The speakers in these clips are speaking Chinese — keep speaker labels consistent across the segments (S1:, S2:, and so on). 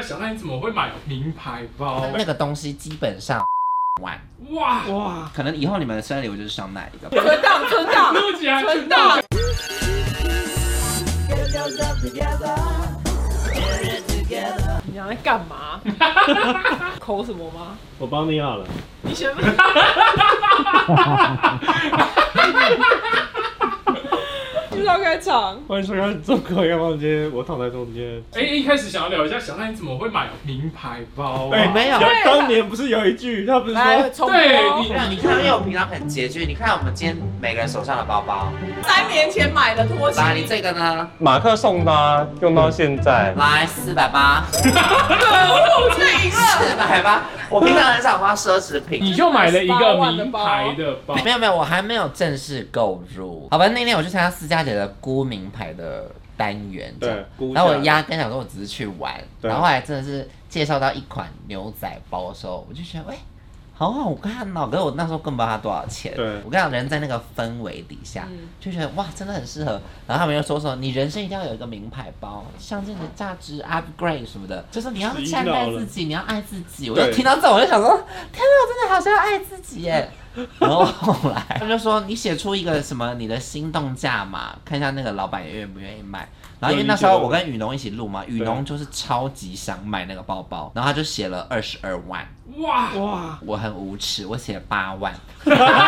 S1: 想，那你怎么会买名牌包？
S2: 那个东西基本上完，
S1: 哇，
S3: 哇，
S2: 可能以后你们的生日礼物就是想买一个。
S4: 存档存档
S1: 录起来
S4: 存档，你俩在干嘛？抠什么吗？
S3: 我帮你好了。
S4: 你先。知道开场，
S3: 欢迎收看《中国阳光街》，我躺在中间。
S1: 哎、一开始想要聊一下，想那你怎么会买名牌包、啊？
S2: 哎没有
S3: 有当年不是有一句，他不是
S4: 来
S3: 说
S4: 重
S1: 对
S4: 播
S1: 你。
S2: 你看，因为我平常很拮据，你看我们今天每个人手上的包包，
S4: 三年前买的拖
S2: 来，你
S4: 鞋，
S2: 这个呢？
S3: 马克送的啊，用到现在。
S2: 来四百 八，
S4: 对，我录这一
S2: 四
S4: 个。
S2: 百八。我平常很少花奢侈
S1: 你
S2: 品。
S1: 就买了一个名牌的包，
S2: 没有没有，我还没有正式购入。好吧，那天我去参加私家姐的估名牌的单元，这样
S3: 对估价
S2: 然后我压根想说我只是去玩，
S3: 对
S2: 然后后来真的是介绍到一款牛仔包的时候，我就觉得，喂、好好看哦！可是我那时候根本不知道它多少钱。
S3: 对
S2: 我跟你讲，人在那个氛围底下，
S4: 嗯
S2: 就觉得哇，真的很适合。然后他们又说说，你人生一定要有一个名牌包，象征你的价值 upgrade 什么的，就是你要
S3: 洗
S2: 善
S3: 脑
S2: 待
S3: 了
S2: 自己，你要爱自己。我
S3: 对
S2: 就听到这，我就想说，天哪，我真的好想要爱自己耶！然后后来他们就说，你写出一个什么你的心动价嘛，看一下那个老板愿不愿意买。然后因为那时候我跟雨农一起录嘛，雨农就是超级想买那个包包，然后他就写了二十二万，
S1: 哇，
S3: 哇，
S2: 我很无耻，我写了八万，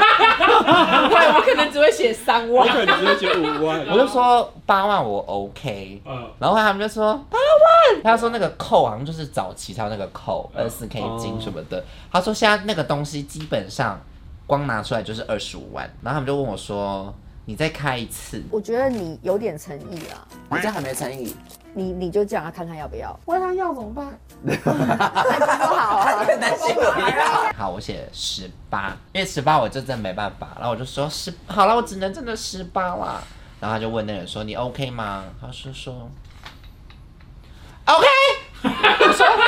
S4: 不会，我可能只会写三
S3: 我
S4: 万。
S3: 可能只有五万。
S2: 我就说八万我 OK，
S1: 嗯，
S2: 然后他们就说八万，他说那个扣好像就是早期他那个扣二四 K
S3: 哦
S2: 金什么的，他说现在那个东西基本上光拿出来就是二十五万，然后他们就问我说你再开一次，
S5: 我觉得你有点诚意啦，
S2: 我这还没诚意，。
S5: 你你就叫他看看要不要
S2: 问他要怎么办？
S5: 好好啊好，
S2: 担心我好，我写十八，因为十八我就真的没办法，然后我就说十，好了，我只能真的十八啦。然后他就问那个人说你 OK 吗？他说说 OK。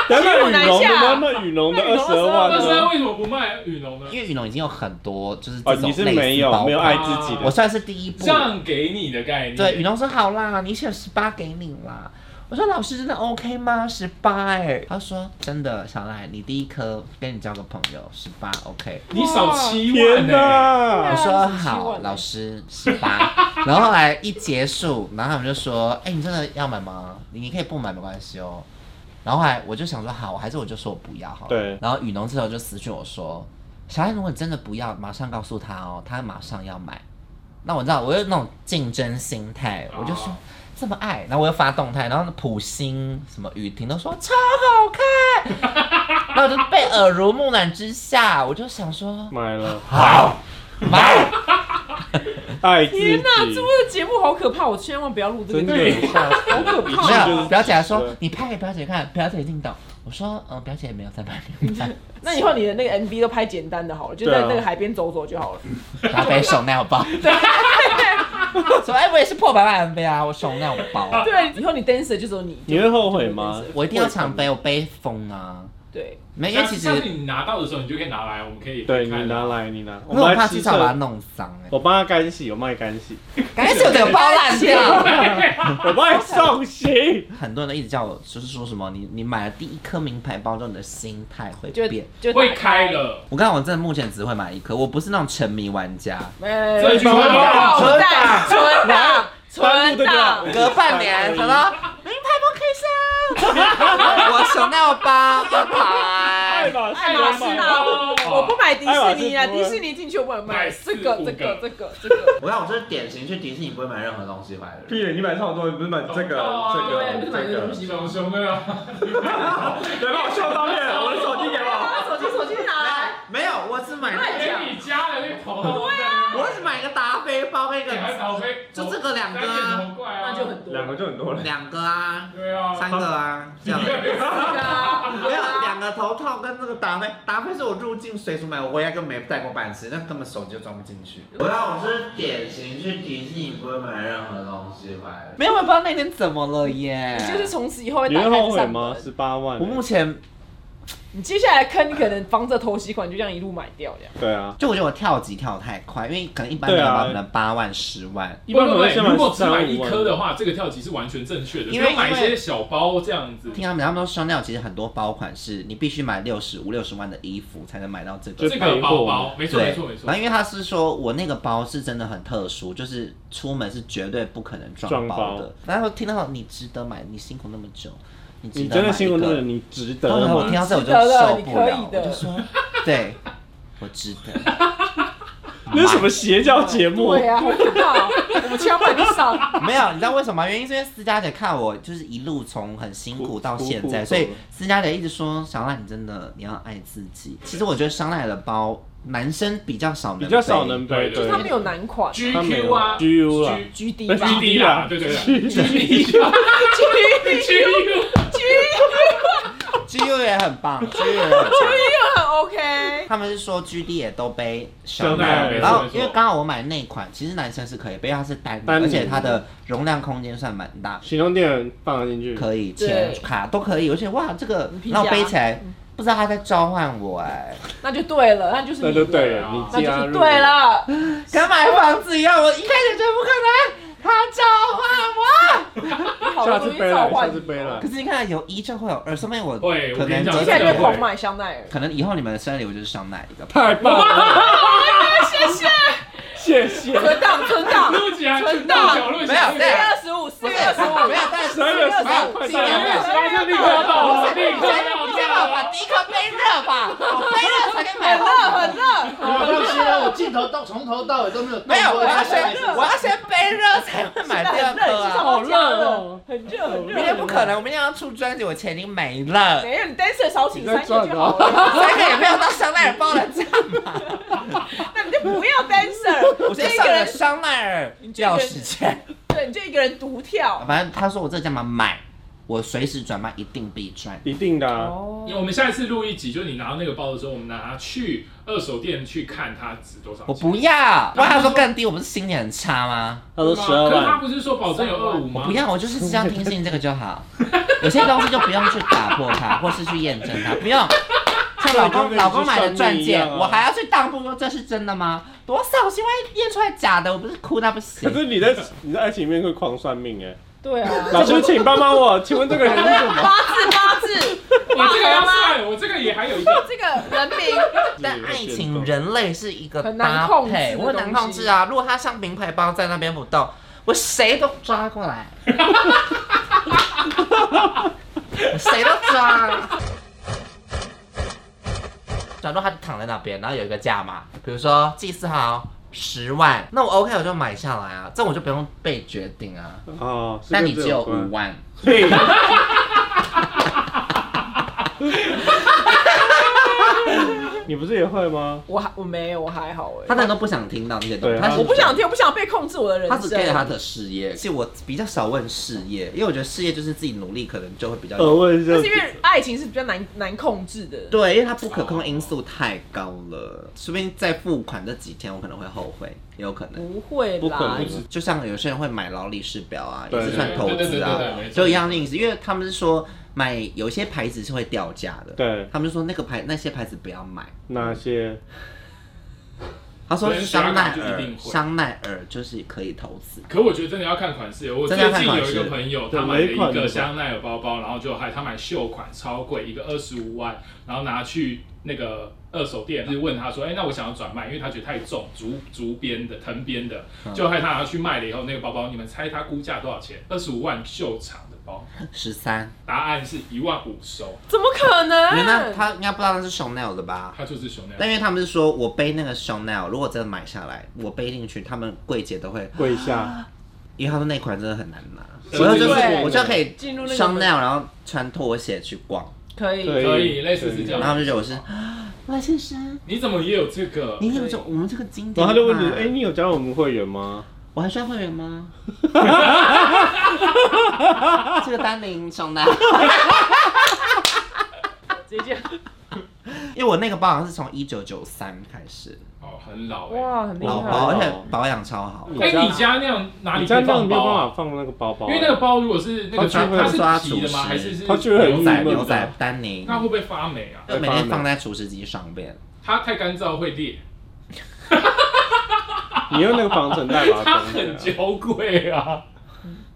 S3: 等等，羽绒的
S4: 拿
S3: 呢？
S4: 下
S3: 那羽绒的
S4: 那羽
S3: 二
S4: 绒
S3: 十二万
S1: 那现在
S3: 呢？
S1: 为什么不卖羽绒呢？
S2: 因为羽绒已经有很多就是
S3: 哦，
S2: 这种
S3: 你是
S2: 类似
S3: 没有
S2: 包
S3: 没有
S2: 包
S3: 爱自己的
S2: 我。算是第一步。
S1: 让给你的概念，
S2: 对，雨，农说好啦，你写十八给你啦。我说老师真的 OK 吗？十八哎，他说真的，小赖，你第一科跟你交个朋友，十八 OK。
S1: 你少七万
S3: 天
S1: 呢、
S3: 哪！
S2: 我说
S4: 是希
S2: 好，
S4: 望
S2: 老师十八。 然后后来一结束，然后他们就说，哎、你真的要买吗？你你可以不买没关系哦。然后后来我就想说，好，还是我就说我不要好了。
S3: 对
S2: 然后雨农这时候就私讯我说，小爱如果真的不要，马上告诉他哦，他马上要买。那我知道，我有那种竞争心态，我就说
S1: 哦
S2: 这么爱，然后我又发动态，然后普星什么雨婷都说超好看， 然后我就被耳濡目染之下，我就想说
S3: 买了，
S2: 好买。
S3: 爱自己
S4: 天。哪，这部的节目好可怕，我千万不要录这个
S3: 真
S4: 节
S3: 的
S4: 目。
S3: 吓死
S4: 好可 怕
S2: 没
S4: 啊
S2: 有，表姐还说
S3: 对
S2: 你拍给表姐看，表姐一定懂。我说，嗯，表姐也没有在拍 名牌，
S4: 那以后你的那个 MV 都拍简单的好了，就
S3: 对啊嗯
S4: 在那个海边走走就好了。
S2: 然后背手那包。 说，哎，我也是破百万 MV 啊，我手那包。
S4: 对，以后你 dancer 就只有你。
S3: 你会后悔吗？
S2: 我一定要常背，我背疯啊。
S4: 对，
S2: 没，因
S1: 下
S2: 为
S1: 次
S2: 其
S1: 下次
S2: 实
S1: 你拿到的时候，你就可以拿来，我们可以
S3: 对
S1: 看看
S3: 你拿。来，你拿。
S2: 因为我怕至
S3: 至
S2: 少
S3: 少
S2: 把它弄脏哎，
S3: 我帮他干洗，我帮你干洗，
S2: 感觉是我整个包烂 掉。
S3: 我帮你送洗。
S2: 很多人一直叫我，就是说什么你你买了第一颗名牌包之后，你的心态会
S4: 就
S2: 变。
S4: 就
S1: 会开。了，
S2: 我刚我真的目前只会买一颗，我不是那种沉迷玩家。
S4: 哎，
S1: 这一句话
S4: 存档
S3: 存
S4: 存
S3: 档
S4: 档，存档，存档。
S2: 隔半年，什么名牌包可以上，我手那包啊要
S3: 爱
S2: 牌，
S3: 马
S4: 哎爱
S3: 仕，
S4: 马仕啊，
S1: 哦
S4: 我我不买迪士尼啊，
S3: 爱马仕不会
S4: 迪士尼进去我不能买
S1: 买四
S4: 这个
S1: 五
S4: 这个
S1: 个
S4: 这个这个。
S2: 我看我就是典型去迪士尼不会买任何东西回来的人。
S3: 屁！你买超多，你不是买这个、这
S1: 哦
S3: 个、
S4: 对
S3: 这
S4: 不是买这个东
S3: 个
S4: 西？
S1: 熊熊的啊，
S3: 别帮我秀照片，我的手机给我。
S4: 啊，手机手机拿来。
S2: 哎没有，我只买，
S1: 给哎你加了那个头套，对啊，
S2: 我只买一个达菲包跟一
S1: 你还
S2: 个，
S1: 逃飞，
S2: 就这个两个
S1: 三眼
S2: 啊，
S1: 头怪啊，
S4: 那就很多。
S3: 两个就很多了。
S2: 两个啊，
S1: 对啊，
S2: 三个啊，这样。没有两个头套跟这个达菲，达菲是我入境随处买，我回来根本没带过半次，那根本手机就装不进去。我让我是典型去迪士尼不会买任何东西回来的。没有，我不知道那天怎么了耶
S4: 就是从此以后会
S3: 你
S4: 打
S3: 会
S4: 开
S3: 后
S4: 这
S3: 悔
S4: 扇
S3: 吗？
S4: 门。
S3: 十八万、
S2: 我目前
S4: 你接下来坑，你可能房子投息款就这样一路买掉这样。
S3: 对啊，
S2: 就我觉得我跳级跳得太快，因为可能一般
S3: 对
S2: 的
S3: 啊
S2: 话可能八万、十万，
S3: 一般
S1: 不
S3: 人
S1: 不
S3: 会先买
S1: 不如果只买
S3: 35
S1: 一颗的话，这个跳级是完全正确的，
S2: 因
S1: 因
S2: 为
S1: 为买一些小包这样子，
S2: 听他们他们说双料其实很多包款是你必须买六十五、六十万的衣服才能买到这个
S1: 这。
S3: 就
S1: 个
S3: 配
S1: 包
S3: 货
S1: 包，没错
S2: 对
S1: 没错没，错
S2: 然后。因为他是说我那个包是真的很特殊，就是出门是绝对不可能撞
S3: 撞
S2: 包
S3: 包
S2: 的。然后听到你值得买，你辛苦那么久，你值
S3: 你
S2: 得
S3: 真的
S2: 买一
S3: 辛苦
S2: 个
S3: 那个，你值得
S2: 然后我
S3: 吗
S2: 听？啊到这我就
S4: 值得了
S2: 受
S4: 你
S2: 不
S4: 可以
S2: 了，我
S4: 的
S2: 就说，对，我值得，
S3: 那是什么邪教节目？
S4: 对啊，好可怕、哦，我们枪买不上。
S2: 没有，你知道为什么吗？原因是因为思佳姐看我就是一路从很辛苦到现在，
S3: 苦苦苦
S2: 所以思佳姐一直说小赖你真的你要爱自己。其实我觉得香奈儿的包男生比较少能背，
S3: 比较少能背，
S1: 对
S4: 就
S3: 对
S4: 是，他们有男款
S3: 他没
S1: GQ
S3: 有
S1: 啊
S3: GU 啦
S4: GD 吧
S1: GD 啦，对对对，GD 啊，GU，
S2: G U 也很 棒，G U 也很棒。
S4: 很 OK。
S2: 他们是说 G D 也都背香
S3: 香
S2: 奈
S3: 奈
S2: 儿，
S3: 儿
S2: 然后
S1: 没错
S2: 因为刚好我买那款，其实男生是可以背，因为它是单的，
S3: 单的
S2: 而且它的容量空间算蛮大，
S3: 行动电源放得进去，
S2: 可以
S4: 对
S2: 钱卡都可以，而且哇这个
S4: 你皮，夹
S2: 然后背起来，不知道他在召唤我哎、
S4: 那就对了，那就是
S3: 那
S4: 你
S3: 就
S4: 的
S3: 对
S1: 了
S3: 了，你
S4: 那
S3: 加
S4: 就是
S3: 入
S4: 对，了。
S2: 跟买房子一样，我一开始就不可能，他召唤我。
S4: 你好
S3: 下
S4: 不容
S3: 次
S4: 易
S3: 背
S4: 召
S3: 来，
S4: 唤你
S3: 下次背来
S2: 可。是你看有一就会有二，说明我
S1: 会
S2: 可
S1: 我跟
S2: 能
S1: 你讲
S2: 折
S4: 接下来
S2: 折
S4: 就
S1: 会
S4: 狂买香奈儿。
S2: 可能以后你们的生日礼物就是上哪一个吧。
S3: 太棒了！谢 谢，谢谢。
S4: 存档，存档，
S1: 录起来，
S4: 存
S1: 到
S4: 档
S1: 角落
S2: 没有
S4: 四月二十五，四
S2: 不是
S4: 月二十五，
S2: 没有，但是
S3: 十二月十八，快
S1: 三
S3: 上
S1: 月
S3: 来！
S1: 十八就立刻要到了，立刻要
S2: 你先
S1: 到
S2: 把
S1: 了
S2: 我。把第一颗背热吧，我背热才可以买
S4: 很
S2: 到
S4: 热，。很热。
S6: 你们放心啦，我镜头到从头到尾都没有动过。
S2: 没有，我要先
S4: 热
S2: 我要先背热才会买第二颗啊！
S4: 好热哦，很热很热。
S2: 明天不可能，我明天要出专辑，我钱已经没了，
S4: 没有，你 dancer 少请
S3: 你
S4: 三
S3: 在
S4: 个
S3: 转
S4: 就好了。
S3: 吗？
S2: 三个也没有到香奈儿包的价。
S4: 那你就不要 dancer，
S2: 我
S4: 就
S2: 先
S4: 一
S2: 上
S4: 个
S2: 了
S4: 人，
S2: 香奈儿钥匙圈。
S4: 对，你就一个人独跳。
S2: 反正他说我这家嘛买，我随时转卖一定必赚。
S3: 一定的啊，
S4: 哦，
S1: 我们下一次录一集，就是你拿到那个包的时候，我们拿它去二手店去看它值多少钱。
S2: 我不要，不然他说更低，我不是心情很差吗？
S3: 他说
S1: 是吗
S3: 十二
S1: 可是他
S3: 万，
S1: 不是说保证有二五
S2: 我
S1: 吗？
S2: 不要，我就是只要听信这个就 好。有些东西就不用去打破它，或是去验证它，不用。像老公
S3: 对跟
S2: 老公买的
S3: 你去算
S2: 钻
S3: 命一
S2: 戒，
S3: 样啊
S2: 我还要去当铺说这是真的吗？多扫兴，万一验出来假的，我不是哭那不行
S3: 可。是你在你在爱情里面会狂算命哎，
S4: 对啊，
S3: 老师请帮帮我，请问这个人是什么？
S4: 八字八字，
S1: 我这个要算，我这个也还有一个。
S4: 这个人名
S2: 但爱情人类是一个
S4: 很难
S2: 搭
S4: 控制
S2: 配，
S4: 的
S2: 我很难
S4: 东
S2: 控
S4: 西
S2: 制啊。如果他像名牌包在那边不动，我谁都抓过来， 我谁都抓。假如他躺在那边，然后有一个价码，比如说祭祀号十万，那我 OK 我就买下来啊，这我就不用被决定啊。
S3: 哦，是
S2: 但
S3: 跟
S2: 你
S3: 这
S2: 只有
S3: 关
S2: 五万，
S3: 嘿你不是也会吗？
S4: 我还我没有，我还好哎。
S2: 他难道不想听到那些东西？
S3: 对
S2: 他是
S4: 我不想听，我不想被控制我的人
S2: 他
S4: 生。
S2: 只 care 他的事业，其实我比较少问事业，因为我觉得事业就是自己努力，可能就会比较有。
S3: 呃，我也
S4: 但
S3: 是
S4: 是因为爱情是比较难难控制的。
S2: 对，因为它不可控因素太高了，说不定在付款这几天我可能会后悔，也有可能。
S4: 不会
S3: 不可
S4: 啦
S3: 能，
S2: 就像有些人会买劳力士表啊，
S3: 对
S2: 也是算投
S1: 对对
S2: 资
S1: 对
S2: 啊
S1: 对对没，错
S2: 就一样的意思。因为他们是说买有些牌子是会掉价的，
S3: 对
S2: 他们就说那个牌那些牌子不要买。
S3: 哪些？
S2: 他说
S1: 对
S2: 香
S1: 香
S2: 奈
S1: 港就一
S2: 儿，
S1: 定会
S2: 香奈儿就是可以投资。
S1: 可我觉得真的要看款式。我最
S2: 真的要看
S1: 近
S2: 款式
S1: 有一个朋友，
S3: 对
S1: 他买了
S3: 每一
S1: 一
S3: 款都
S1: 个
S3: 有
S1: 香奈儿包包，然后就还他买秀款，超贵，一个二十五万，然后拿去那个二手店，就是问他说：“哎、那我想要转卖，因为他觉得太重，竹竹编的、藤编的。”
S2: 嗯
S1: 就害他拿去卖了以后，那个包包，你们猜他估价多少钱？二十五万秀场的包，
S2: 十三，
S1: 答案是一万五哦收，
S4: 怎么可
S2: 原来
S4: 能？
S2: 他应该不知道那是 Chanel 的吧？
S1: 他就是熊那样。
S2: 但因为他们是说我背那个 Chanel，如果真的买下来，我背进去，他们柜姐都会
S3: 跪下，
S2: 啊因为他们那款真的很难拿，
S1: 对
S2: 我就就是
S4: 对
S2: 我就可以
S4: 进入那个
S2: 香奈儿，然后穿拖鞋去逛，
S4: 可以，
S3: 对
S1: 可以，类似是这样。
S2: 然后他们就觉得啊我是赖先生，
S1: 你怎么也有这个？
S2: 你有这我们这个经典吗，
S3: 然后他就问你，哎，你有加入我们会员吗？
S2: 我还需要会员吗？这个单林香奈儿，
S4: 直接
S2: 因为我那个包好像是从一九九三开始，
S1: 哦，很老哎、
S4: 哇，很厉
S2: 老
S4: 害。
S2: 包，而且保养超好。
S1: 哎、你家那样哪里
S7: 你
S1: 可
S7: 家
S1: 以
S7: 那样
S1: 放
S7: 没有
S1: 包
S7: 办
S1: 啊？
S7: 法放那个包包、
S1: 因为那个包如果是那个
S7: 它就会
S1: 它
S2: 抓
S1: 是皮的
S2: 厨
S1: 吗？
S2: 师
S1: 还是是
S7: 它就会
S1: 牛
S7: 很
S1: 奶
S2: 牛仔
S7: 郁闷
S2: 牛
S7: 的
S2: 仔丹宁，
S1: 那会不会发霉啊？
S2: 就每天放在厨师机上边。
S1: 它太干燥会裂，
S7: 你用那个防尘袋把
S1: 它
S7: 它封
S1: 很
S7: 起来。啊
S1: 娇贵啊。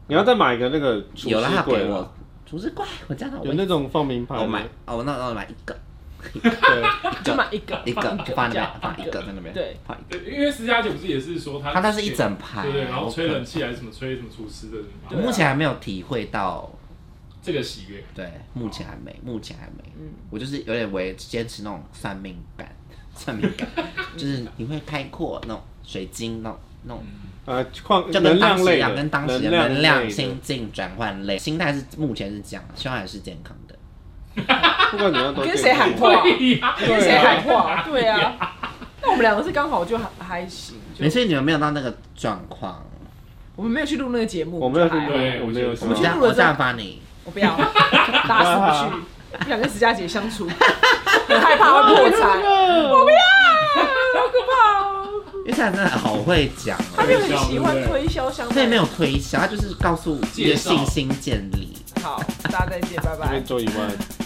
S7: 你要再买一个那个厨
S2: 有了
S7: 师
S2: 他
S7: 柜
S2: 给
S7: 啊
S2: 我，厨师怪，我家的
S7: 有那种放名牌
S2: 我
S7: 的，
S2: 买哦，那那我买一个，
S7: 对，
S4: 就买一个，
S2: 一个
S4: 放
S2: 放那边
S4: 家，
S2: 放一个在那边，
S4: 对，
S2: 放一个。
S1: 对，因为私家酒不是也是说它
S2: 它那是一整排，
S1: 对对，然后吹冷
S2: 我
S1: 气还是什么吹什么除湿的，
S2: 可能，我目前还没有体会到，
S1: 这个喜悦。
S2: 对，目前还没，目前还没，我就是有点为坚持那种算命感，算命 感，就是你会开阔那种水晶那种那种，
S7: 呃，矿
S2: 就
S7: 能
S2: 跟当
S7: 量
S2: 时一
S7: 类
S2: 样，
S7: 的，
S2: 跟当时一样
S7: 能
S2: 能量
S7: 量
S2: 心境转换类，心态是目前是这样，希望还是健康的。
S7: 不管怎样都
S4: 跟谁喊话？
S1: 对呀，
S4: 跟谁喊话？对啊， 那我们两个是刚好就还还行，就
S2: 没事，你们没有到那个状况，
S4: 我们没有去录那个节目，
S7: 我没有去
S4: 就还好
S1: 对
S7: 录，我没有去
S2: 我
S7: 录
S2: 这，样我这样帮你。
S4: 我不要，打死不去，不想跟石佳姐相处，很害怕会破 产，
S3: 啊
S4: 我不要，好可怕哦！
S2: 因为他真的好会讲
S4: 他
S2: 哦，
S4: 就很喜欢推销商
S2: 所以
S4: 品，
S2: 没有推销，他就是告诉一个信心建立。
S4: 好，大家再见，拜
S7: 这
S4: 拜
S7: 边。做以外。